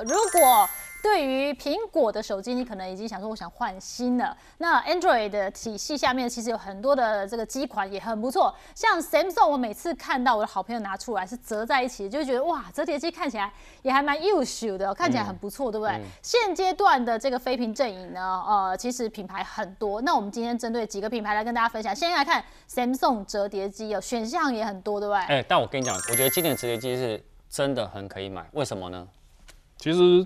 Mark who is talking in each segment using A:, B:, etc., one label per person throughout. A: 如果对于苹果的手机，你可能已经想说我想换新了。那 Android 的体系下面其实有很多的这个机款也很不错，像 Samsung，我每次看到我的好朋友拿出来是折在一起，就觉得哇，折叠机看起来也还蛮优秀的，看起来很不错，对不对？
B: 嗯
A: 现阶段的这个非屏阵营呢，呃，其实品牌很多。那我们今天针对几个品牌来跟大家分享。先来看 Samsung 折叠机哦，选项也很多，对不对？
C: 哎、但我跟你讲，我觉得经典折叠机是真的很可以买，为什么呢？
B: 其实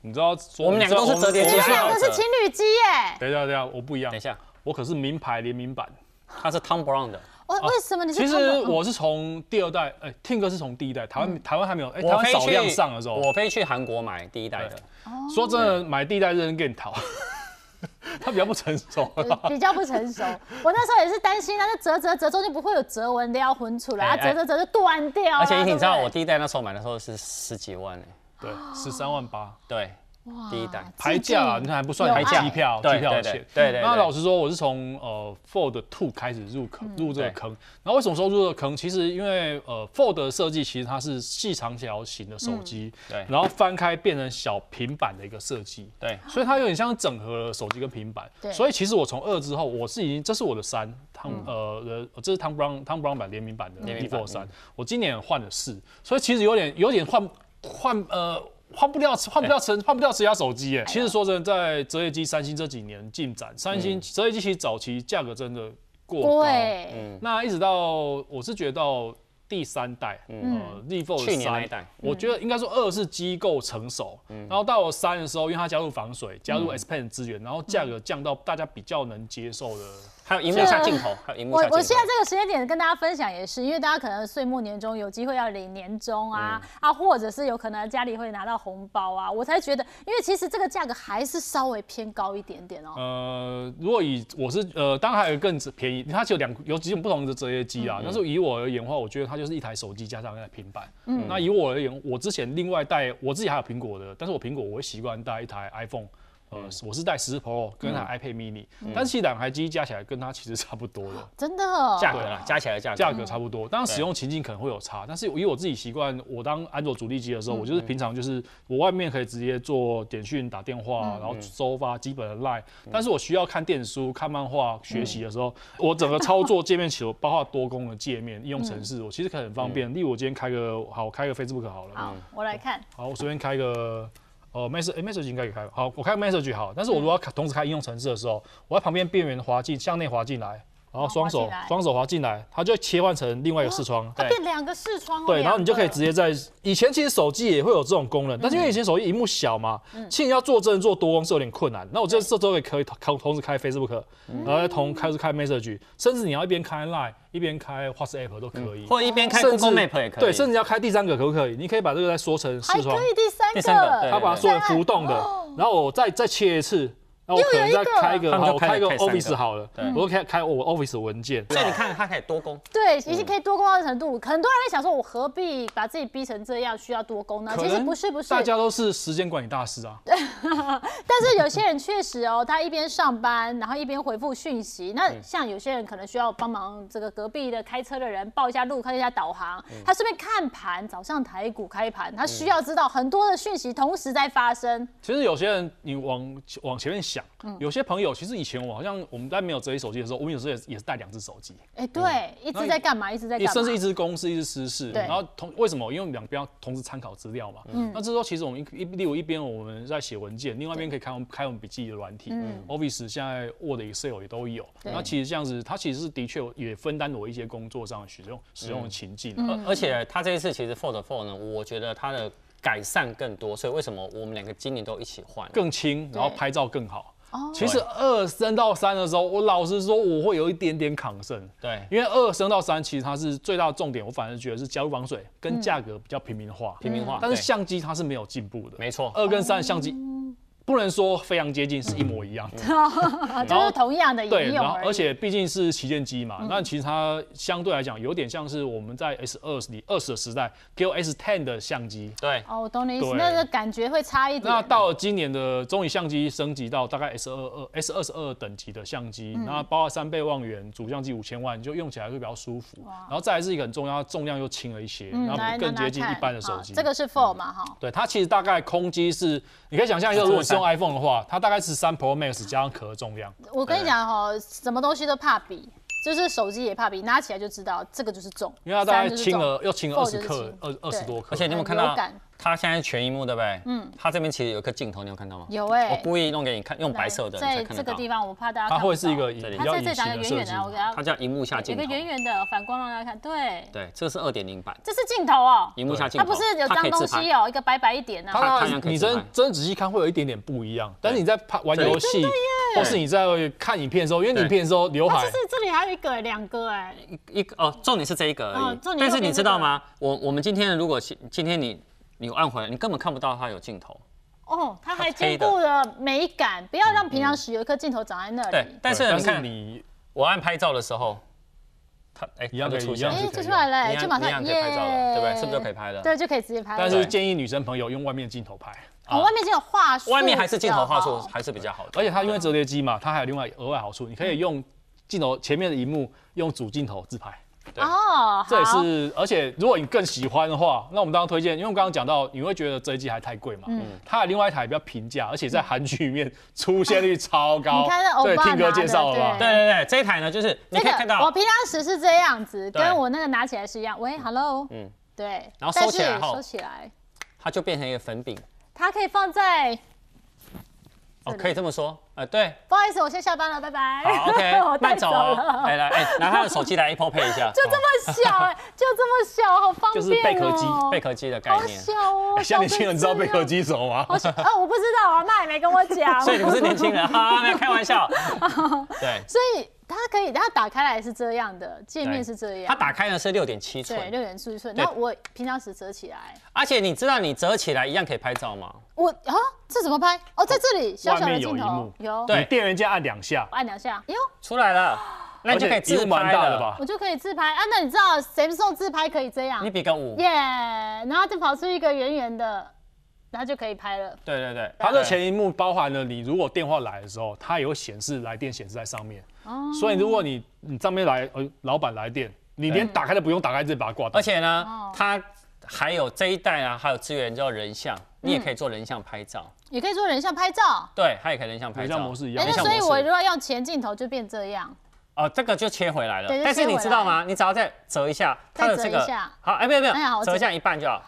B: 你知道说，
C: 我们两个都是折叠机
B: 我
A: 你
B: 们
A: 们
B: 是
A: 两个是情侣机耶，
B: 等一下，等一下，我不一样
C: 等一。下，
B: 我可是名牌联名版。
C: 它是 Tom Brown 的，
A: 哦，为什么你是
B: 其实
A: 看不懂？
B: 我是从第二代，哎、t i n 哥是从第一代，台湾、台湾还没有，哎、
C: 嗯
B: 台
C: 我
B: 湾
C: 飞
B: 少
C: 去哦
B: 量上的时候，
C: 我飞去韩国买第一代的
B: 对，说真的，买第一代认真跟你淘， 他比较不成熟。
C: 嗯
A: 呃比较不成熟。我那时候也是担心啊，那折折折中间不会有折纹撩混出来，啊，
C: 哎哎
A: 折折折就断掉啊。
C: 而且
A: 对
C: 你
A: 不
C: 知道
A: 对
C: 我第一代那时候买的时候是十几万哎、
B: 对，十三万八
C: 对，第一代
B: 排价啊，
A: 致
B: 你
A: 敬
B: 看还不算
A: 有
B: 机
A: 爱
B: 票，
C: 对
B: 机票
C: 对对
B: 的钱。
C: 对对
B: 那
C: 对嗯
B: 老实说，我是从呃 Fold Two 开始入坑，入这
C: 对
B: 个坑。然后为什么说入这个坑？其实因为呃 Fold 的设计其实它是细长条型的手机，
C: 嗯对
B: 然后翻开变成小平板的一个设计，
C: 对，
B: 所以它有点像整合了手机跟平板
A: 对。
B: 所以其实我从二之后，我是已经这是我的三汤呃呃，这是 Tom Brown Tom Brown 版联名版的
C: 嗯联名版嗯
B: vivo 三，我今年换了四，所以其实有点有点换换呃。换不掉，换
C: 哎
B: 不掉成，换不掉其他手机耶。其实说真的，在折叠机，三星这几年进展，三
C: 嗯
B: 星折叠机其实早期价格真的过高，
A: 对，
C: 嗯
B: 那一直到我是觉得到第三代，
C: 嗯
B: 呃，Levo
C: 去年那一
B: 三
C: 代，
B: 我觉得应该说二是机构成熟，然后到了三的时候，因为它加入防水，加入 S Pen 资源，然后价格降到大家比较能接受的。
C: 还有荧幕下镜头，还有荧幕
A: 啊我
C: 下镜头。
A: 我现在这个时间点跟大家分享也是，因为大家可能岁末年终有机会要领年终啊、
C: 嗯
A: 啊，或者是有可能家里会拿到红包啊，我才觉得，因为其实这个价格还是稍微偏高一点点哦、
C: 嗯
B: 呃，如果以我是呃，当然还有更便宜，它只有两有几种不同的折叠机啊。但是以我而言的话，我觉得它就是一台手机加上一台平板。那以我而言，我之前另外带我自己还有苹果的，但是我苹果我会习惯带一台 iPhone。呃，我是带十四 Pro 跟一台 iPad mini，、但是其实两台机加起来跟它其实差不多的，
A: 真的。哦
C: 价格啦，加起来的价格，
B: 啊
C: 嗯
B: 价格差不多。当然使用情境可能会有差，但是以我自己习惯，我当安卓主力机的
C: 嗯
B: 时候，我就是平常就是我外面可以直接做简讯、打电
C: 嗯
B: 话，然后收发基本的 line。但是我需要看电子书、看漫画、学习的时
C: 嗯
B: 候， 我整个操作界面其实包括多功能界面、应用程
C: 嗯
B: 式，我其实可以很方便。例如我今天开个好，我开个 Facebook 好了，
A: 好，
C: 嗯
A: 我来看，
B: 好，我随便开个。呃，message、诶 message 应该也开吧好，我开 message 好，但是我如果要开同时开应用程式的时候，我在旁边边缘滑进，向内滑进来，然后双
A: 哦滑
B: 手
A: 进来哦
B: 双手滑进来，它就会切换成另外一个视窗，
A: 它
C: 对
A: 变啊两个视窗哦，
B: 对，然后你就可以
A: 两个
B: 直接在以前其实手机也会有这种功能，但是因为
A: 嗯
B: 以前手机荧幕小嘛，其实你要做真的做多功是有点困难。那我这这周也可以同同时开 Facebook，然
A: 嗯
B: 后再同开始开 Message，甚至你要一边开 Line 一边开 WhatsApp 都可以，
C: 嗯或者一边看
B: 甚至
C: Google Map 也可以，
B: 对，甚至要开第三个可不可以？你可以把这个再缩成
A: 还
B: 视窗
A: 可，以第三
C: 第三个对
B: 它把它做成浮动的，然后我再再切一次。然后我可能
A: 哦又有
B: 再
A: 一个
B: 开一个，
C: 他们
B: 好
C: 就
B: 我
C: 开
B: 开一个
C: 开三个
B: Office 好了，我就开开我 Office 文件。
C: 所以你看它可以多功，
A: 对，已经可以多功到的程度。很多人会想说，我何必把自己逼成这样，需要多功呢？
B: 可
A: 其实
B: 能
A: 不是，不是。
B: 大家都是时间管理大师啊。
A: 但是有些人确实哦，他一边上班，然后一边回复讯息。
B: 嗯
A: 那像有些人可能需要帮忙这个隔壁的开车的人报一下路，看一下导航，
B: 嗯
A: 他顺便看盘，早上台股开盘，他需要知道很多的讯息同时在发生。
B: 其实有些人，你往往前面想，
A: 嗯
B: 有些朋友，其实以前我好像我们在没有折叠手机的时候，我们有时候也是也是带两只手机，啊
A: 哎，对，一直在干嘛？一直在
B: 也
A: 干
B: 甚嗯至一
A: 嘛？
B: 只公司，一只私事。
A: 对嗯
B: 然后同为什么？因为我们两边要同时参考资料嘛。那这时候其实我们一一例如一边我们在写文件，另外一边可以开我们开我们笔记的软体，Office 现在 Word、Excel 也都有。
A: 嗯对
B: 那其实这样子，它其实是的确也分担了我一些工作上的使用使用的情境
A: 嗯
B: 啊。
C: 而而且它这一次其实 Fold Four 呢，我觉得它的改善更多，所以为什么我们两个今年都一起换？
B: 更轻，然后
A: 对哦
B: 拍照更好。其实二升到三的时候，我老实说，我会有一点点抗胜。
C: 对
B: 因为二升到三，其实它是最大的重点，我反而觉得是加入防水
A: 嗯
B: 跟价格比较平民化。
C: 平民化
B: 但是
C: 对
B: 相机它是没有进步的。
C: 没错
B: 二跟三相机不能说非常接近，是一模一样。
A: 就是同样的
B: 对，
A: 应用
B: 然
A: 嗯
B: 后
A: 而已嗯
B: 而且毕竟是旗舰机嘛，那其实它相对来讲有点像是我们在 S 二十里二十的时代 Q S Ten 的相机。
C: 对，
A: 哦，我懂你意思，
B: 对
A: 那个感觉会差一点。
B: 那到了今年的终于相机升级到大概 S 二二 S 二十二等级的相机，
A: 嗯
B: 那包括三倍望远、主相机五千万，就用起来会比较舒服。然后再来是一个很重要，它重量又轻了一些，
A: 嗯
B: 然后
A: 来
B: 更
A: 拿拿
B: 接近一
A: 看
B: 般的手
A: 好
B: 机。嗯
A: 这个是 Four 嘛哈，
B: 对它其实大概空机是，你可以想
A: 啊
B: 象一下，如果是用
C: 13
B: iPhone 的话，它大概是三 Pro Max 加上壳的重量。
A: 我跟你讲哈，什么东西都怕比，就是手机也怕比，拿起来就知道这个就是重，
B: 因为它大
A: 三
B: 概
A: 就是
B: 轻
A: 重
B: 了，又轻了
A: 重
B: 二十
A: 就是
B: 克
A: 轻，
B: 二二十
A: 对
B: 多克。
C: 而且你有没有看
A: 很有
C: 到
A: 感
C: 它现在全荧幕对不对？嗯，它这边其实有一颗镜头，你有看到吗？
A: 有哎
C: 我故意弄给你看，用哦白色的你才
A: 在
C: 看
A: 这
C: 得
A: 个
C: 到。
A: 地方我怕大家
B: 它
A: 看不
B: 会是一
A: 到
B: 个比
A: 它
B: 较
A: 这
B: 隐
A: 这
B: 形
A: 讲
B: 的
A: 远
B: 设
A: 远
B: 计
A: 的啊，。我给它
C: 它叫荧幕下
A: 有
C: 镜
A: 个
C: 头。
A: 远远的反光让大家看，对，
C: 对，这个是二点零版，
A: 这是镜头哦，
C: 荧幕下镜
A: 它
C: 头。
A: 不是有
C: 它可
A: 脏
C: 以
A: 东
C: 自拍
A: 西哦，一个白白一点啊，
C: 它
B: 它
C: 太阳可以
B: 你
C: 自
B: 真
C: 拍
B: 真仔细看会有一点点不一样，但是你在拍玩
C: 对
B: 游戏或是你在看影片的时候，因为
C: 对
B: 你影片的时候刘
A: 它
B: 海
A: 就是这里还有一个哎两个哎，
C: 一个哦，重点是这一个而
A: 哦
C: 已。
A: 重点右
C: 但是你
A: 边
C: 知
A: 这
C: 道
A: 个
C: 吗？我我们今天如果今今天你你按回来，你根本看不到它有镜头。
A: 哦，它还
C: 它黑
A: 兼
C: 的嗯
A: 顾了美感，不要让平常时有一颗镜头长在那
C: 对
A: 里。，
C: 但
B: 对
C: 是你看
B: 你
C: 我按拍照的时候，它哎
B: 一样
C: 它
B: 可
C: 就
B: 以
C: 出
B: 一
C: 现
B: 样
C: 了
A: 哎，
B: 是
A: 就出来了，
C: 一
A: 哎
C: 样
A: 就马
C: 一样
A: 上
C: 可以拍照了，对不对？
A: 耶
C: 是不是就可以拍了？
A: 对，就可以直接拍了。
B: 但是建议女生朋友用外面镜头拍，
A: 哦，外面这有话术，
C: 啊
A: 哦
C: 外面还是镜头画术还是比较好的。
B: 而且它因为折叠机嘛，它还有另外额外好处，你可以用镜头前面的荧幕用主镜头自拍。
C: 对
A: 哦，
B: 这也
A: 好
B: 是，而且如果你更喜欢的话，那我们当然推荐，因为我们刚刚讲到，你会觉得这一机还太贵嘛，它的另外一台比较平价，而且在韩剧里面出现率超高。
A: 你看那
B: 对，
A: Obama
B: 听哥介绍了吧
A: 的？
C: 对对对，这一台呢，就是你
A: 这
C: 可以
A: 个
C: 看
A: 我
C: 到，
A: 平常时是这样子，
C: 对
A: 跟我那个拿起来是一样。喂，hello，嗯
C: 嗯，
A: 对，
C: 然后
A: 但
C: 收起来
A: 是
C: 后
A: 收起来，
C: 它就变成一个粉饼
A: 它可以放在。
C: 哦，
A: 这里
C: 可以这么说，呃，对，
A: 不好意思，我先下班了，拜拜。
C: 好
A: 我
C: ，OK，
A: 带
C: 慢走
A: 了，
C: 哦，来来，哎，拿他的手机来 Apple Pay 一下，哦
A: 就这么小，哎，就这么小，好方便哦。
B: 就是贝壳机
C: 贝壳机的概
A: 好
C: 念。
A: 小哦。
B: 哎现在年轻人知道贝壳
A: 机？
B: 机是什么吗？
A: 好小啊，我不知道啊，那也没跟我讲。
C: 所以你不是年轻 人，哈，没有开玩笑。对，
A: 所以它可以，它打开来是这样的，界面
C: 对
A: 是这样。
C: 它打开呢是六点七
A: 对，
C: 寸，
A: 六点四寸。
C: 对
A: 那我平常时折起来，
C: 而且你知道你折起来一样可以拍照吗？
A: 我啊，这怎么拍？哦，在这里小小
B: 外
A: 的
B: 面有
A: 镜
B: 荧
A: 头
B: 幕，
A: 有，
C: 对
B: 你电源键按两下，
A: 按两下，哎呦，
C: 出 来了，那
B: 而
C: 你就可
B: 且
C: 以
B: 屏
C: 自
B: 幕蛮
C: 拍
B: 大的
C: 了？
B: 吧？
A: 我就可以自拍啊。那你知道 Samsung 自拍可以这样
C: 你，比个五，
A: 耶，然后就跑出一个圆圆的，然后就可以拍了。
C: 对对对，
B: 它的前一幕包含了你如果电话来的时候，它有显示来电显示在上面，
A: 哦，
B: 所以如果你你上面来呃老板来电，你连打开都不用打开，直接把它挂断。
C: 而且
A: 哦
C: 呢，它还有这一代啊，还有资源叫人像，
A: 嗯
C: 你也可以做人像拍照，
A: 也可以做人像拍照。
C: 对，它也可以人像拍
B: 人
C: 照
B: 像模式一
A: 哎，
B: 样
C: 人
A: 那
C: 像
A: 所以
C: 模
A: 我
C: 式
A: 如果用前镜头就变这样，
C: 哦，这个就切回来了
A: 对就。
C: 但是
A: 切
C: 你
A: 回
C: 知道
A: 来
C: 吗？你只要再折一下
A: 再
C: 它的
A: 折
C: 这
A: 一
C: 个
A: 下，
C: 好，哎，没有没
A: 哎呀好我
C: 有，折
A: 知
C: 一下一半就好，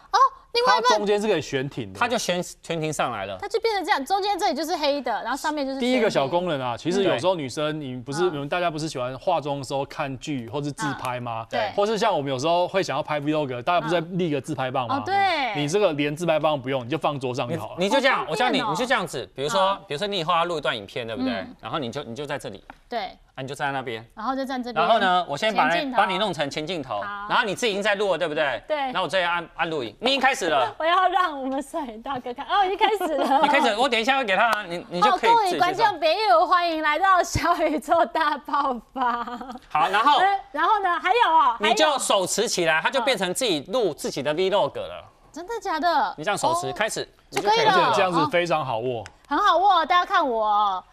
A: 另外
B: 它
A: 一半
B: 中间是可以悬停的，
C: 它就悬悬停上来了。
A: 它就变成这样，中间这里就是黑的，然后上面就是
B: 第一个
A: 全
B: 小
A: 黑。
B: 功能啊，其实有时候女生你不是
A: 嗯
B: 我们大家不是喜欢化妆的时候看剧或是自拍吗？
A: 对
B: 或是像我们有时候会想要拍 vlog，大家不是在立个自拍棒
A: 哦
B: 吗，？
A: 对，
B: 你这个连自拍棒不用，你就放桌上
C: 你
B: 就好了。
C: 你就这
A: 好
C: 样，
A: 方
C: 我教你，
A: 便哦
C: 你就这样子，比如说
A: 好，
C: 比如说你以后要录一段影片，对不对
A: 嗯？
C: 然后你就你就在这里，
A: 对，
C: 啊，你就站在那边。
A: 然后就站这边。
C: 然后呢，我先把
A: 前镜
C: 它
A: 头
C: 把你弄成前镜头
A: 好，
C: 然后你自己已经在录了，对不对？
A: 对
C: 然后我再按按录影，你已经开 始了，
A: 我要让我们摄影大哥看，哦，已经开始了。
C: 你开始，我等一下会给他，你你就
A: 好，
C: 可
A: 哦各
C: 以
A: 位
C: 自己
A: 观
C: 介绍
A: 众。别友，欢迎来到小宇宙大爆发。
C: 好，然后
A: 哎然后呢，还有啊，还
C: 哦你
A: 有
C: 就手持起来，它就变成自己录自己的 vlog 了。
A: 真的假的？
C: 你这样手持
A: 哦
C: 开始，
A: 就
C: 你
A: 可以
B: 而
A: 了
B: 且这样子非常好握，
A: 很好握，大家看我。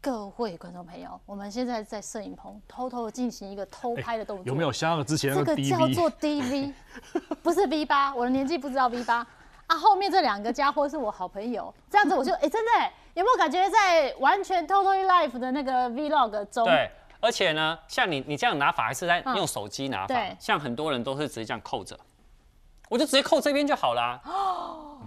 A: 各位观众朋友，我们现在在摄影棚偷偷的进行一个
C: 哎
A: 偷拍的动作，
B: 哎有没有？像之前那
A: 这个
B: 个
A: 叫
B: DV，
A: 做 DV，不 是 V 八，我的年纪不知道 V 八啊。后面这两个家伙是我好朋友，这样子我 就哎、真的、哎有没有感觉在完全 totally life 的那个 vlog 中？
C: 对。而且呢，像你你这样拿法还是在
A: 嗯
C: 用手机拿法
A: 对，
C: 像很多人都是直接这样扣着，我就直接扣这边就好啦，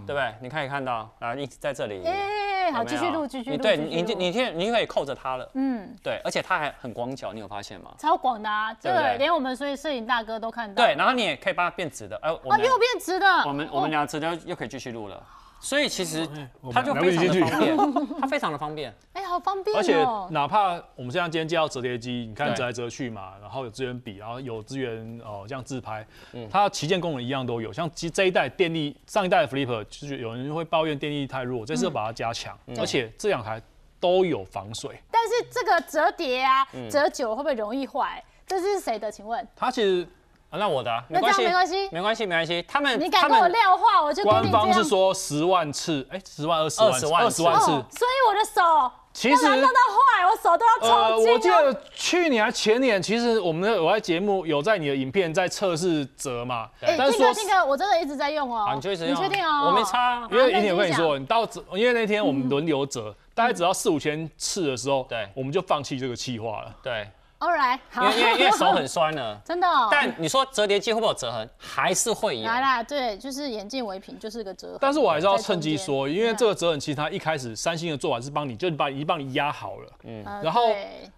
C: 对不对？你可以看到，然后一直在这里。
A: 哎、哦好，
C: 有没
A: 继
C: 有
A: 续录，继续
C: 你
A: 录，
C: 对
A: 继续
C: 你就
A: 录
C: 你就你就可以扣着它了。
A: 嗯，
C: 对，而且它还很广角，你有发现吗？
A: 超广的啊，这
C: 对不
A: 个
C: 对
A: 连我们所以摄影大哥都看到。
C: 对，然后你也可以把它变直的。哎、我
A: 啊，
C: 们、
A: 又变直的。
C: 我们我
A: 哦
C: 们俩直接又可以继续录了。所以其实
B: 哦哎我
C: 它
B: 们
C: 就
B: 来
C: 非
B: 不
C: 常
B: 及
C: 的
B: 进
C: 方 便，它非常的方便。
A: 哎，好方便
B: 而且
A: 哦。
B: 哪怕我们现在今天介绍折叠机，你看
C: 对
B: 折来折去嘛，然后有资源笔，然后有资源哦、呃、像自拍，它旗舰功能一样都有。像其这一代电力，上一代的 Flipper 就是有人会抱怨电力太弱，这次把它加强，而且这两台都有防水。
A: 但是这个折叠啊，
C: 嗯
A: 折久了会不会容易坏？这是谁的？请问
B: 它其实
C: 啊那我的啊
A: 那
C: 没
A: 这
C: 关
A: 样
C: 系，
A: 没关系
C: 没关系，没关系。他们
A: 你
C: 他
A: 敢跟我
C: 们
A: 量化，我就给
B: 官
A: 你这
B: 方
A: 样。
B: 是说十万次，哎、十万、二十
C: 20
B: 万、
C: 万
B: 二十万次。
A: 哦，所以我的手
B: 其实
A: 要难到坏，我手都要
B: 呃，
A: 抽筋、哦。
B: 我记得去年还前年，其实我们的有在节目有在你的影片在测试折嘛，
A: 哎、
B: 但
A: 那
B: 是说
A: 个那个，我真的一直在用哦。
C: 啊，你就一直用啊
A: 确定哦？
C: 我没差啊
B: 因。为一点我跟你说，你到折因为那天我
A: 嗯
B: 们轮流折，大概只要四五千次的时候，
C: 对
B: 我们就放弃这个计划了。
C: 对，
A: All right，好。
C: 因，为因为因为手很酸了
A: 真的、哦。
C: 但你说折叠机会不会有折痕？还是会有。
A: 来啦，对，就是眼见为凭，就是个折痕。
B: 但是我还是
A: 在
B: 要
A: 中
B: 趁机
A: 间啊
B: 说，因为这个折痕其实它一开始三星的做法是帮你，就把你帮你压好了。
A: 嗯
B: 然后
A: 对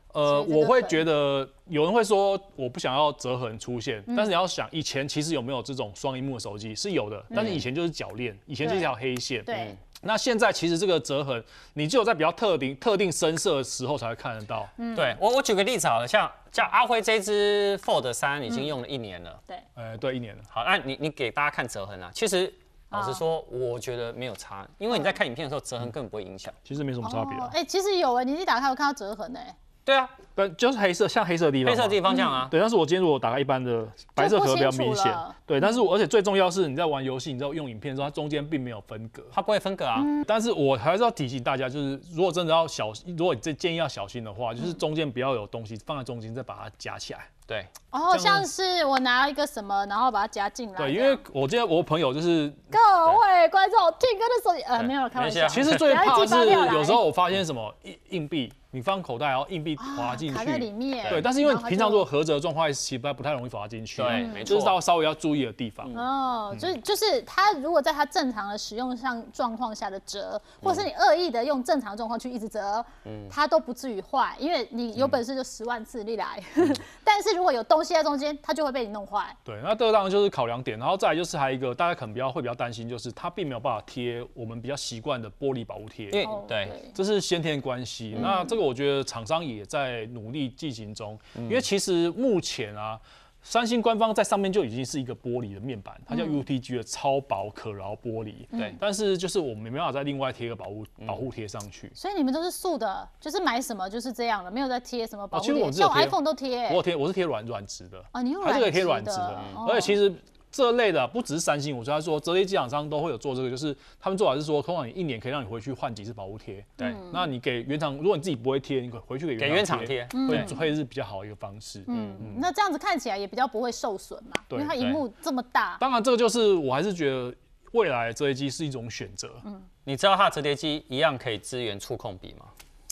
A: 所以
B: 呃，
A: 这个
B: 我会
A: 粉
B: 觉得有人会说我不想要折痕出现，
A: 嗯
B: 但是你要想以前其实有没有这种双荧幕的手机是有的，但是以前就是铰链，以前是一条黑线。
A: 嗯对
B: 嗯。那现在其实这个折痕，你只有在比较特定特定深色的时候才会看得到。
A: 嗯
C: 对我我举个例子好了，像像阿辉这只 Fold 三已经用了一年了。
A: 对，
B: 呃，对，一年了。
C: 好，那你你给大家看折痕啊，其实。老实
A: 哦嗯
C: 说，我觉得没有差，因为你在看影片的时候，折痕根本不会影响。
B: 其实没什么差别、啊
A: 哦哎、其实有哎、你一打开我看到折痕哎、
C: 对啊，
B: 但就是黑色，像黑色的地方
C: 黑
B: 嘛，
C: 色的地方这样啊，
A: 嗯
B: 对，但是我今天如果打开一般的白色盒比较
A: 就
B: 明
A: 不清楚
B: 显
A: 了，嗯
B: 对，但是我而且最重要是你在玩游戏，你在用影片的时候，它中间并没有分隔。
C: 它不会分隔啊。
A: 嗯
B: 但是我还是要提醒大家，就是如果真的要小，如果你这建议要小心的话，
A: 嗯
B: 就是中间不要有东西放在中间再把它夹起来。
C: 对，
A: 哦，
B: 这样
A: 像是我拿一个什么，然后把它夹进来这
B: 对，
A: 样。
B: 因为我记得我朋友就是，
A: 各位观众听歌的时候，呃，
C: 对
A: 没有开玩
C: 没
A: 笑，
C: 事啊
B: 其实最怕是
A: 不要一记爆料来
B: 有时候我发现什么硬硬币，你放口袋然后硬币滑进
A: 啊卡在里
B: 去。
A: 面。
B: 对，但是因为
A: 然后它
B: 平常
A: 就嗯
B: 如果合着的状况，其实不太容易滑进去。
C: 对没
B: 就是
C: 错
B: 到稍微要注意的地方。
A: 哦，就是就是它如果在它正常的使用上状况下的折，或是你恶意的用正常状况去一直折，
B: 嗯
A: 它都不至于坏，因为你有本事就十万次历来。
B: 嗯
A: 但是如果有东西在中间，它就会被你弄坏。
B: 对，那这个当然就是考量点，然后再来就是还有一个大家可能比较会比较担心，就是它并没有办法贴我们比较习惯的玻璃保护贴，
C: 因为
A: 哦，
C: 对，
B: 这是先天关系。那这个我觉得厂商也在努力进行中，
C: 嗯
B: 因为其实目前啊。三星官方在上面就已经是一个玻璃的面板，它叫 UTG 的超薄可挠玻璃。
C: 对
B: 但是就是我们没办法再另外贴一个保护保护贴上去。
A: 所以你们都是素的，就是买什么就是这样的，没有在贴什么保
B: 哦其
A: 护
B: 实
A: 贴，
B: 我们是有
A: 像我
B: 贴
A: iPhone 都贴
B: 我有
A: 欸。
B: 贴我是贴软软质的，
A: 哦，你用
B: 它这个
A: 软
B: 贴
A: 质
B: 软质的，啊
A: 哦
B: 而且其实这类的不只是三星，我觉得说折叠机厂商都会有做这个，就是他们做法是说，通常你一年可以让你回去换几次保护贴。
C: 对，
B: 那你给原厂，如果你自己不会贴，你可回去给
C: 给原厂贴，
B: 会会是比较好的一个方式。
A: 嗯，那这样子看起来也比较不会受损嘛，因
B: 对
A: 为它
B: 对
A: 荧幕这么大。
B: 当然，这个就是我还是觉得未来折叠机是一种选择。
A: 嗯
C: 你知道它的折叠机一样可以支援触控笔吗？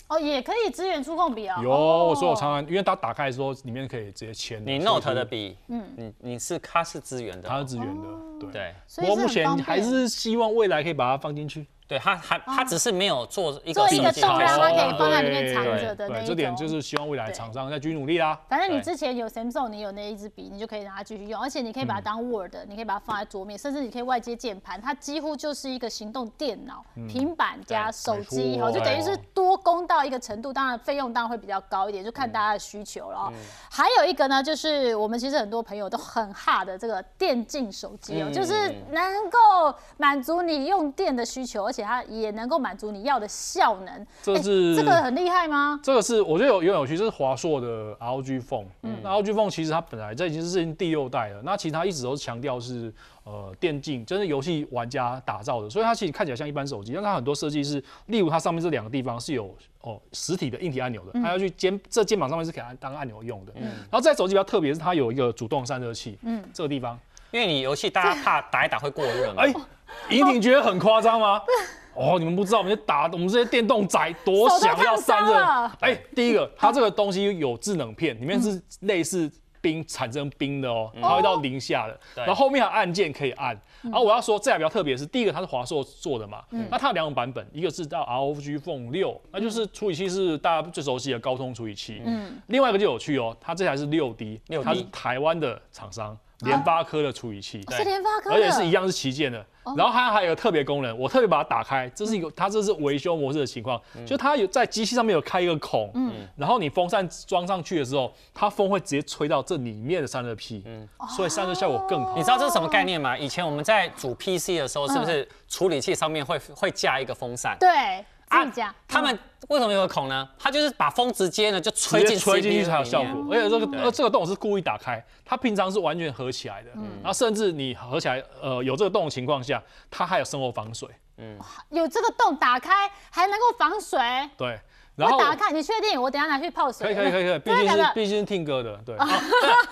A: 哦，也可以支援触控笔哦。
B: 有，
A: 哦
B: 所以我常常因为它打开的时候，里面可以直接签的。
C: 你
B: 所以
C: Note 的
B: 就是
C: 笔，嗯，你你是它是支援的
B: 它
C: 哦，
B: 是支援的，对。
C: 对
A: 所
B: 不
A: 以
B: 过
A: 是
B: 目
A: 很
B: 前
A: 方
B: 还
A: 便
B: 是希望未来可以把它放进去。
C: 对，它还它只是没有做一个
A: 哦做一个
C: 设计
A: 洞，
C: 开
A: 让
C: 始
A: 它
C: 啊
A: 可以放在里面藏着的那
B: 对，
A: 一种。哎
B: 这点就是希望未来厂商再继续努力啦。
A: 反正你
C: 对
A: 之前有 Samsung，你有那一支笔，你就可以拿它继续用，而且你可以
B: 嗯
A: 把它当 Word，、你可以把它放在桌面，甚至你可以外接键盘，它几乎就是一个行动电脑、
B: 嗯
A: 平板加
C: 对
A: 手机，
B: 没错
A: 好，就等于
B: 哦
A: 是多工到一个程度。当然费用当然会比较高一点，就
B: 嗯
A: 看大家的需求了哦。还有一个呢，就是我们其实很多朋友都很哈的这个电竞手机哦，
C: 嗯
A: 就是能够满足你用电的需求，而且它也能够满足你要的效能。
B: 这
A: 哎
B: 是
A: 这个很厉害吗？
B: 这个是我觉得有有有趣，这是华硕的 ROG Phone。那
A: 嗯
B: ROG Phone 其实它本来这已经是第六代了，那其实它一直都是强调是呃电竞，就是游戏玩家打造的，所以它其实看起来像一般手机，但它很多设计是，例如它上面这两个地方是有哦实体的硬体按钮的，
A: 嗯
B: 它要去肩这肩膀上面是给它当按钮用的。然后这台手机比较特别，是它有一个主动散热器，嗯，这个地方，
C: 因为你游戏大家怕打一打会过热嘛
B: 哎。，
A: 哦
B: 莹婷觉得很夸张吗？哦，你们不知道，我们这打我们这些电动仔多想要散
A: 手都
B: 热
A: 烫伤了。
B: 哎、第一个，它这个东西有制冷片，里面是类似冰产生冰的哦，它会到零下的。
C: 对
B: 然后后面还有按键可以按。然后我要说，这台比较特别是，第一个它是华硕做的嘛，那它有两种版本，一个是到 ROG Phone 六，那就是处理器是大家最熟悉的高通处理器。嗯，另外一个就有趣哦，它这台是六 D，
C: 6D
B: 它是台湾的厂商。联发科的处理器，
A: 是联发科的，
B: 而且是一样是旗啊舰的。哦然后它还有个特别功能，我特别把它打开，这是一个它这是维修模式的情况，就它有在机器上面有开一个孔，然后你风扇装上去的时候，它风会直接吹到这里面的散热器，所以散热效果更好
C: 你。知道这是什么概念吗？以前我们在组 PC 的时候，是不是处理器上面会会架一个风扇？
A: 嗯
C: 啊
A: 对，
B: 啊
A: 自己嗯讲，
C: 他们为什么有个孔呢？它就是把风直接呢就吹
B: 直
C: 进
B: 接吹进去
C: CPU
B: 才有
C: 里
B: 效
C: 面
B: 果，而且这个呃这个洞是故意打开，它平常是完全合起来的，然后甚至你合起来，呃有这个洞的情况下，它还有生活防水，
A: 嗯有这个洞打开还能够防水。
B: 对，然
A: 我
B: 后
A: 打开，你确定？我等一下拿去泡水。
B: 可 以可以可以可以，毕
A: 真的
B: 竟
A: 假
B: 是
A: 的？
B: 毕竟是听歌的，哦对，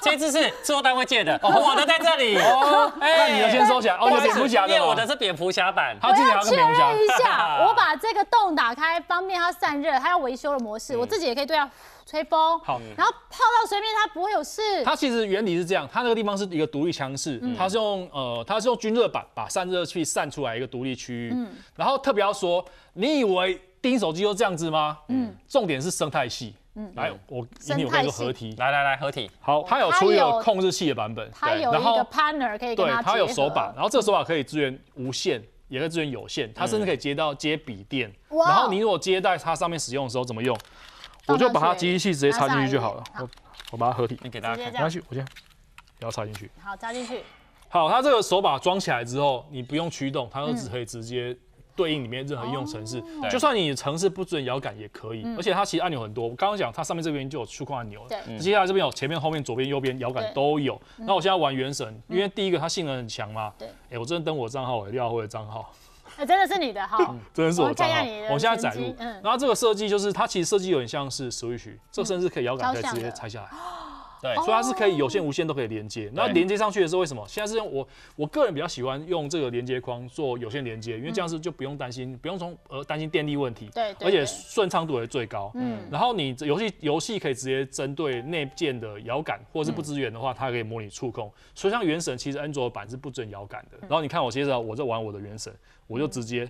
C: 这一次是制作单位借的，我的在这里。哦，
B: 那你要先收起来，哦，
C: 我
B: 你的
C: 是
B: 蝙蝠侠
C: 因
B: 的
C: 为
B: 嘛，
C: 我的是蝙蝠侠版。
B: 他自己
A: 我
B: 还
A: 要
B: 有个
A: 确
B: 蝙蝠侠
A: 认，一下， 我把这个洞打开，方便它散热，它要维修的模式，我自己也可以对它吹风，
B: 嗯好。
A: 然后泡到水面它不会有事。
B: 它其实原理是这样，它那个地方是一个独立腔室，
A: 嗯
B: 它是用呃，它是用均热板把散热器散出来一个独立区域。
A: 嗯
B: 然后特别要说，你以为盯手机就这样子吗？嗯，重点是生态系。嗯，来，我
A: 生态系
B: 一定有跟你说合体。
C: 来来来，合体。
B: 好，它有
A: 它
B: 出一
A: 有
B: 个控制器的版本，
A: 它
B: 对
A: 有一
B: 然后
A: 个 partner 可以跟
B: 对
A: 它，
B: 它
A: 结
B: 有
A: 合
B: 手把，然后这个手把可以支援无线，也可以支援有线，它甚至可以接到接笔电。
A: 哇哦
B: 然后你如果接在它上面使用的时候怎么用？我就把它机器直接插进去就好了。
A: 好
B: 我我把它合体，
C: 你给
A: 直
C: 大家
A: 接这
C: 看
B: 没关
A: 样，
B: 系，我先不要插进去。
A: 好扎进去。
B: 好，它这个手把装起来之后，你不用驱动，它就
A: 嗯
B: 只可以直接对应里面任何应用程
A: 哦
B: 式，
C: 对
B: 就算你城市不准摇杆也可以。而且它其实按钮很多，我刚刚讲它上面这边就有触控按钮了，
A: 嗯对
B: 接下来这边有前面、后面、左边、右边摇杆
A: 对嗯
B: 都有。那我现在玩原神，因为第一个它性能很强嘛，
A: 对
B: 哎、我真的登我账号，我廖辉的账号。
A: 哎，真的是你的哈，
B: 真的是我的账
A: 我
B: 号
A: 看一下你的，
B: 我们现在载入
A: 成绩。嗯
B: 然后这个设计就是它其实设计有点像是 Switch，这甚至可以摇
A: 嗯
B: 杆可以直
A: 超像的
B: 接
A: 哦
B: 拆下来。
C: 对
B: 所以它是可以有线、无线都可以连接。那连接上去的时候，为什么现在是用我我个人比较喜欢用这个连接框做有线连接，因为这样是就不用担心，不用从呃担心电力问题，
A: 嗯对对
B: 而且
A: 对
B: 顺畅度也最高。嗯，然后你游戏游戏可以直接针对内建的摇杆，或是不支援的
A: 嗯
B: 话，它可以模拟触控。所以像原神，其实安卓版是不准摇杆
A: 嗯
B: 的。然后你看我接着我在玩我的原神，我就直接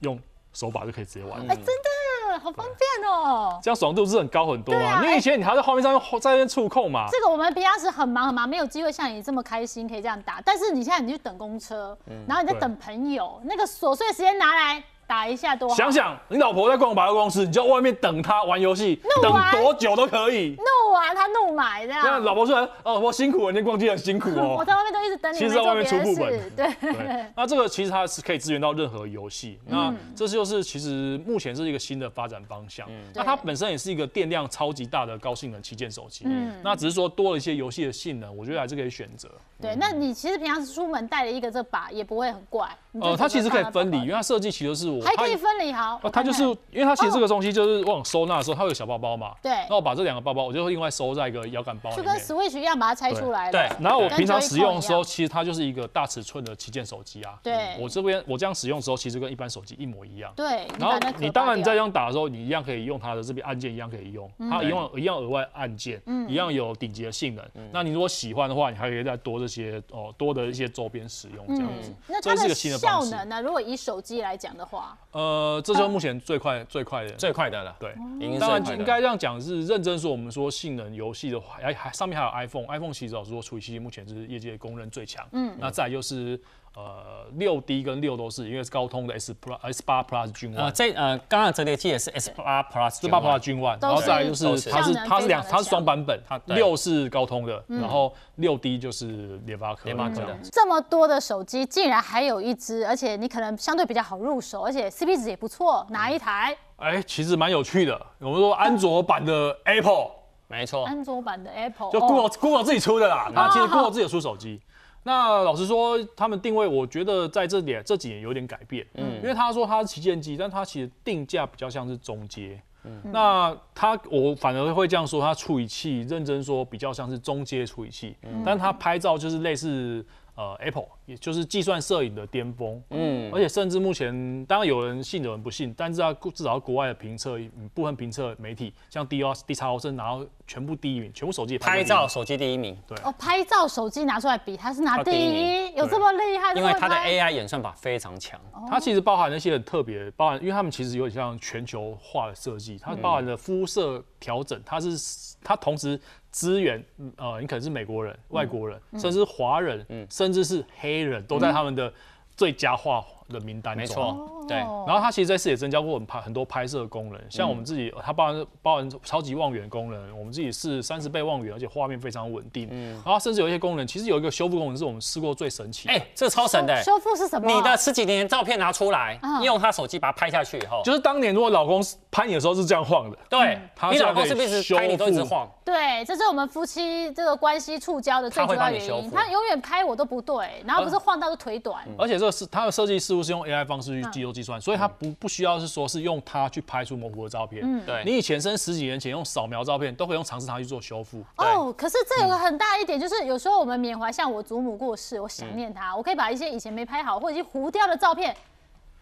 B: 用手把就可以直接玩。
A: 哎，真的好方便哦。
B: 这样爽度是很高很多
A: 对
B: 啊！
A: 啊哎
B: 因为以前你还在画面上用在那边触控嘛，
A: 这个我们平常时很忙很忙，没有机会像你这么开心可以这样打。但是你现在你去等公车，然后你在
B: 嗯对
A: 等朋友，那个琐碎时间拿来打一下多好。
B: 想想你老婆在逛百货公司，你就在外面等她玩游戏，
A: 那
B: 等
A: 玩
B: 多久都可以。
A: 怒完啊他怒买这
B: 那
A: 样。
B: 老婆虽然哦，我辛苦了，你逛街很辛苦
A: 我
B: 哦。
A: 在外面都一直等你，
B: 其实
A: 没
B: 在
A: 做
B: 外面
A: 别
B: 出
A: 的
B: 副
A: 事
B: 本
A: 对，
B: 对，那这个其实它是可以支援到任何游戏。
A: 嗯
B: 那这就是其实目前是一个新的发展方向。
A: 嗯
B: 那它本身也是一个电量超级大的高性能旗舰手机。
A: 嗯
B: 那只是说多了一些游戏的性能，我觉得还是可以选择。
A: 对，那你其实平常出门带了一个这把也不会很怪。你就
B: 呃，它
A: 整
B: 其
A: 个
B: 实可以
A: 放在
B: 分离，
A: 包
B: 因为它设计其实是我
A: 包，还可以
B: 它
A: 分离好。
B: 哦
A: 我
B: 它
A: 看
B: 就是
A: 看
B: 因为它其实这个东西就是往收纳的时候，它有个小包包嘛。
A: 对
B: 那我把这两个包包，我就另外收在一个摇杆包里
A: 就
B: 面
A: 跟。Switch 一样把它拆出来了。
C: 对
B: 然后我
A: 跟
B: 平常
A: Joy-Con
B: 使用的
A: 一
B: 时候，
A: 样
B: 其实它就是一个大尺寸的旗舰手机啊。
A: 对
B: 我这边我这样使用的时候，其实跟一般手机一模一样。
A: 对，
B: 然后
A: 把那壳
B: 你当
A: 拔
B: 然你在
A: 掉
B: 这样打的时候，你一样可以用它的这边按键，一样可以用，
A: 嗯
B: 它一样一样额外按键，一样有顶级的性能。那你如果喜欢的话，你还可以再多这些哦，多的一些周边使用这样子。
A: 那
B: 嗯这
A: 它
B: 是
A: 的
B: 一个新的方
A: 效
B: 式
A: 能呢？如果以手机来讲的话，
B: 呃，这就是目前最快最快
A: 嗯
B: 的。
C: 最快的了。，
B: 对，
C: 已经最
B: 当然
C: 快
B: 应
C: 的。
B: 该这样讲是认真说，我们说性能游戏的话，还还上面还有 iPhone，iPhone 其实老实说，处理器目前是业界公认最强。嗯，那再来就是呃六 D 跟六都是，因为是高通的 S Plus S 八 Plus 军
C: 呃，
B: 万，
C: 这呃，刚刚的折叠器也是 S 八 Plus，
B: 是八 Plus 军万，
A: 都
B: 然后再来
A: 是
B: 就是它
A: 效
B: 是
A: 能
B: 它是两
A: 非常的嗯
B: 它是双版本，它
C: 对
B: 六是高通的，然后六 D 就是联发科
C: 联发科
B: 这
C: 的
B: 样子。
A: 这么多的手机，竟然还有一只，而且你可能相对比较好入手，而且 CP 值也不错，
C: 嗯
A: 哪一台？
B: 哎，其实蛮有趣的，我们说安卓版的 Apple。
C: 没错。
A: 安卓版的 Apple，
B: 就
A: 哦
B: Google、Google 自己出的啦。那其实 Google 自己有出手机。那老实说，他们定位，我觉得在这点这几年有点改变，嗯，因为他说他是旗舰机，但他其实定价比较像是中阶，嗯，那他我反而会这样说，他处理器认真说比较像是中阶处理器，但他拍照就是类似呃 Apple，也就是计算摄影的巅峰，嗯，而且甚至目前当然有人信有人不信，但是啊至少国外的评测嗯部分评测媒体像 D O D 叉 O 甚至拿到全部第一名，全部手机也
C: 拍
B: 第一名
C: 照手机第一名，
A: 哦，拍照手机拿出来比，它是拿
C: 它
A: 第
C: 第一
A: 一，
C: 名
A: 有这么厉害？
C: 因为
A: 这么会拍
C: 它的
A: 哦
C: AI 演算法非常强。
B: 它其实包含了一些很特别，包含因为他们其实
C: 嗯
B: 有点像全球化的设计，它包含了肤色调整，它是它同时资源，嗯呃，你可能是美国人、外国人，
C: 嗯
B: 甚至是华人，甚至是黑人，都在他们的最佳化的名单中。
C: 没错，对，
A: 哦
B: 然后他其实这次也增加过我们拍很多拍摄功
C: 嗯
B: 能，像我们自己，它包含包含超级望远功能，我们自己是三十倍望远，而且画面非常稳定。
C: 嗯
B: 然后甚至有一些功能，其实有一个修复功能是我们试过最神奇的，
C: 哎、这超神的、
A: 修复是什么？
C: 你的十几年前照片拿出来，
A: 嗯
C: 用他手机把它拍下去以后，
B: 就是当年如果老公拍你的时候是这样晃的，
C: 对，
B: 他
A: 嗯
C: 你
B: 现在
C: 老公
B: 可以
C: 是不是一直拍你都一直
B: 修复
C: 晃？
A: 对，这是我们夫妻这个关系触礁的最
C: 他
A: 主
C: 会
A: 要
C: 帮你
A: 原
C: 修
A: 因。
C: 复嗯
A: 他永远拍我都不对，然后不是晃到就腿短。
B: 而且这个是它的设计似乎是用 AI 方
A: 嗯
B: 式去肌肉计算，所以它不不需要是说是用它去拍出模糊的照片。
A: 嗯
C: 对
B: 你以前甚至十几年前用扫描照片都可以用尝试它去做修复。
C: 嗯
A: 哦，可是这有个很大一点，就是有时候我们缅怀，像我祖母过世，我想念她，我可以把一些以前没拍好或者已经糊掉的照片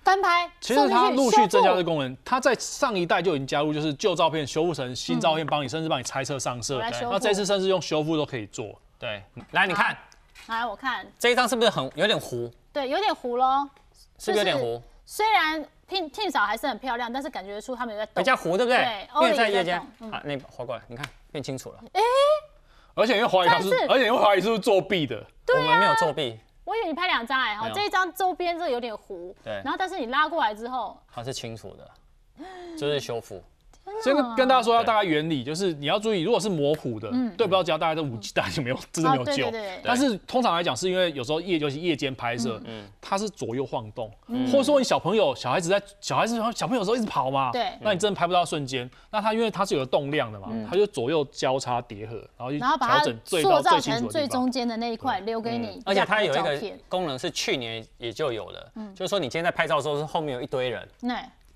A: 翻拍，
B: 其
A: 送
B: 实
A: 进
B: 它
A: 去
B: 陆
A: 修
B: 续
A: 复
B: 增加的功能，它在上一代就已经加入，就是旧照片修复成新照片，帮你甚至帮你拆测上色
A: 我来。修复
B: 那这次甚至用修复都可以做。
C: 对，来你看
A: 来我看，
C: 这一张是不是很有点糊？
A: 对，有点糊咯。
C: 是不是有点糊？
A: 虽然 Team Team 嫂还是很漂亮，但是感觉出他们有在
C: 比
A: 动。
C: 较糊，对不对？
A: 对
C: 因为在
A: Olive
C: 夜
A: 在
C: 间
A: 动嗯
C: 啊，那划过来，你看变清楚了。
B: 而且因为怀疑它是
A: 但是，
B: 而且因为怀疑是不是作弊的，
C: 我
A: 啊
C: 们没有作弊，
A: 我以为你拍两张哎哈
C: 没，有
A: 这一张周边这个有点糊，
C: 对
A: 然后但是你拉过来之后，
C: 它是 清楚的，就是修复。
B: 所以
A: 哦
B: 跟跟大家说要大概原理，就是你要注意，如果是模糊的，
C: 嗯
B: 对不到焦，大概这五 G 大概就没有，真的没有
A: 哦对
B: 救
A: 对对。
B: 但是通常来讲，是因为有时候夜，尤其夜间拍摄，
A: 嗯
B: 它是左右晃动，或者说你小朋友、小孩子在小孩子小朋友的时候一直跑嘛，
A: 对
B: 那你真的拍不到瞬间，那它因为它是有个动量的嘛，
C: 嗯
B: 它就左右交叉叠合，然后去
A: 然后把
B: 调
A: 它
B: 整最
A: 塑
B: 到
A: 造
B: 最清楚
A: 成
B: 的
A: 最
B: 地方。
A: 中间的那一块，留给你
C: 嗯而且它
A: 这
C: 有
A: 样
C: 一
A: 的照
C: 个
A: 片，嗯
C: 功能是去年也就有了，就是说你今天在拍照的时候，是后面有一堆人，
A: 对，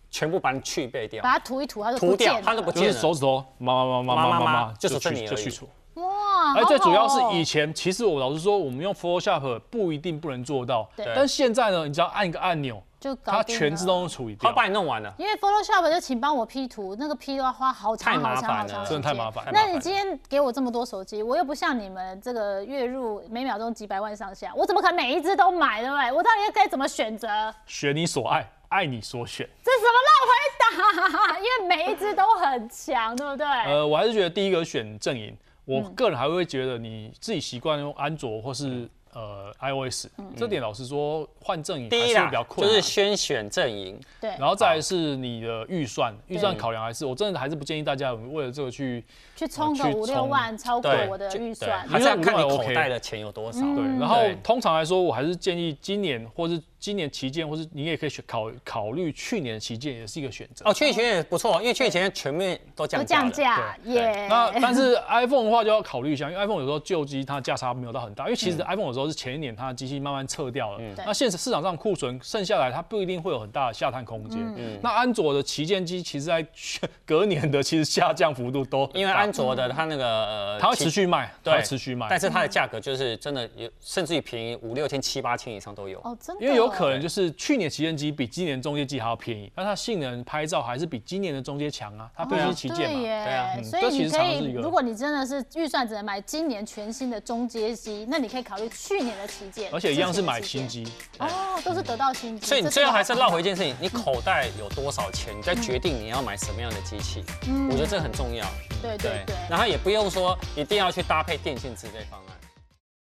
C: 全部把你去背掉
A: 把。它涂一涂，它就
C: 涂
A: 不见
C: 掉它就
A: 了
C: 不
B: 就是手指头，妈妈妈妈妈妈妈，
C: 就只剩
B: 去
C: 你
B: 就
C: 而已
B: 去除。
A: 哇，
B: 而哎最主要是以
A: 以
B: 前，其实我老实说，我们用 Photoshop 不一定不能做到，
A: 对
B: 但现在呢，你只要按一个按钮，
A: 就搞
B: 它
A: 定
B: 全
A: 了
B: 自。动处理
C: 他
B: 掉。
C: 把你弄完了，
A: 因为 Photoshop 就请帮我 P 图，那个 P 都要花好长
C: 太麻
A: 好长
C: 烦
A: 好长
C: 了
A: 时间。
C: 真
B: 的太麻烦
C: 太麻
A: 那
C: 烦
A: 你
C: 了
A: 今天给我这么多手机，我又不像你们这个月入每秒钟几百万上下，我怎么可能每一只都买，对不对？我到底该怎么选择？
B: 选你所爱，爱你所选。
A: 这什么烂回答？因为每一只都很强，对不 对？
B: 呃，我还是觉得第一个选阵营，我
A: 嗯
B: 个人还会觉得你自己习惯用安卓或是呃 iOS，这
A: 嗯
B: 点老实说换阵营还
C: 第一
B: 是会
C: 啦
B: 比较，困
C: 就
B: 难
C: 是。先选阵营，
A: 对，
B: 然后再来是你的预算，预算考量还是我真的还是不建议大家为了这个去
A: 去充个
B: 去
A: 五六
B: 充
A: 万，超过
C: 对，
A: 我的
C: 就
A: 预
C: 对
A: 算。
C: 还是要看
B: 因为
C: 你
B: 我
C: 口
B: 们
C: 袋的钱有多少。
A: 嗯
B: 对
C: 对，，
B: 然后
C: 嗯对
B: 通常来说，我还是建议今年或是今年期间，或是你也可以选考考虑去年的期间也是一个选择。
C: 哦，去年前也不错，因为去年前全面都
A: 都
C: 降价了
A: 降价
C: 对对
A: 耶！
B: 那但是 iPhone 的话就要考虑一下，因为 iPhone 有时候旧机它价差没有到很大，因为其实 iPhone 有时候是前一年它的机器慢慢撤掉
C: 嗯
B: 了，那现实市场上库存剩下来，它不一定会有很大的下探空间。
C: 嗯
B: 那安卓的旗舰机其实在 隔年的其实下降幅度都很大
C: 因为安卓的它那个呃
B: 嗯它会
C: 其
B: 持续卖，它
C: 对
B: 会持续卖
C: 但。是它的价格就是真的有，甚至于便宜五六千、七八千以上都有。
A: 哦，真的，
B: 因为有可能就是去年旗舰机比今年中阶机还要便宜，但它性能拍照还是比今年的中阶强啊，它毕竟是旗舰
A: 哦对
B: 嘛。
A: 耶
C: 对啊
B: 嗯
A: 所
B: 这
A: 以
B: 其
A: 你
B: 实
A: 可
B: 常常
A: 以
B: 是一，个
A: 如果你真的是预算只能买今年全新的中阶机，那你可以考虑去年的旗舰，
B: 而且一样是买
A: 之前
B: 新
A: 的旗舰
B: 机，
A: 哦，都是得到新机，
C: 所以你
A: 这
C: 最后
A: 个
C: 还是绕回一件事情，你口袋有多少钱，你再决定你要买什么样的机器。我觉得这很重要。
A: 嗯对对对。
C: 然后也不用说一定要去搭配电竞之类方案。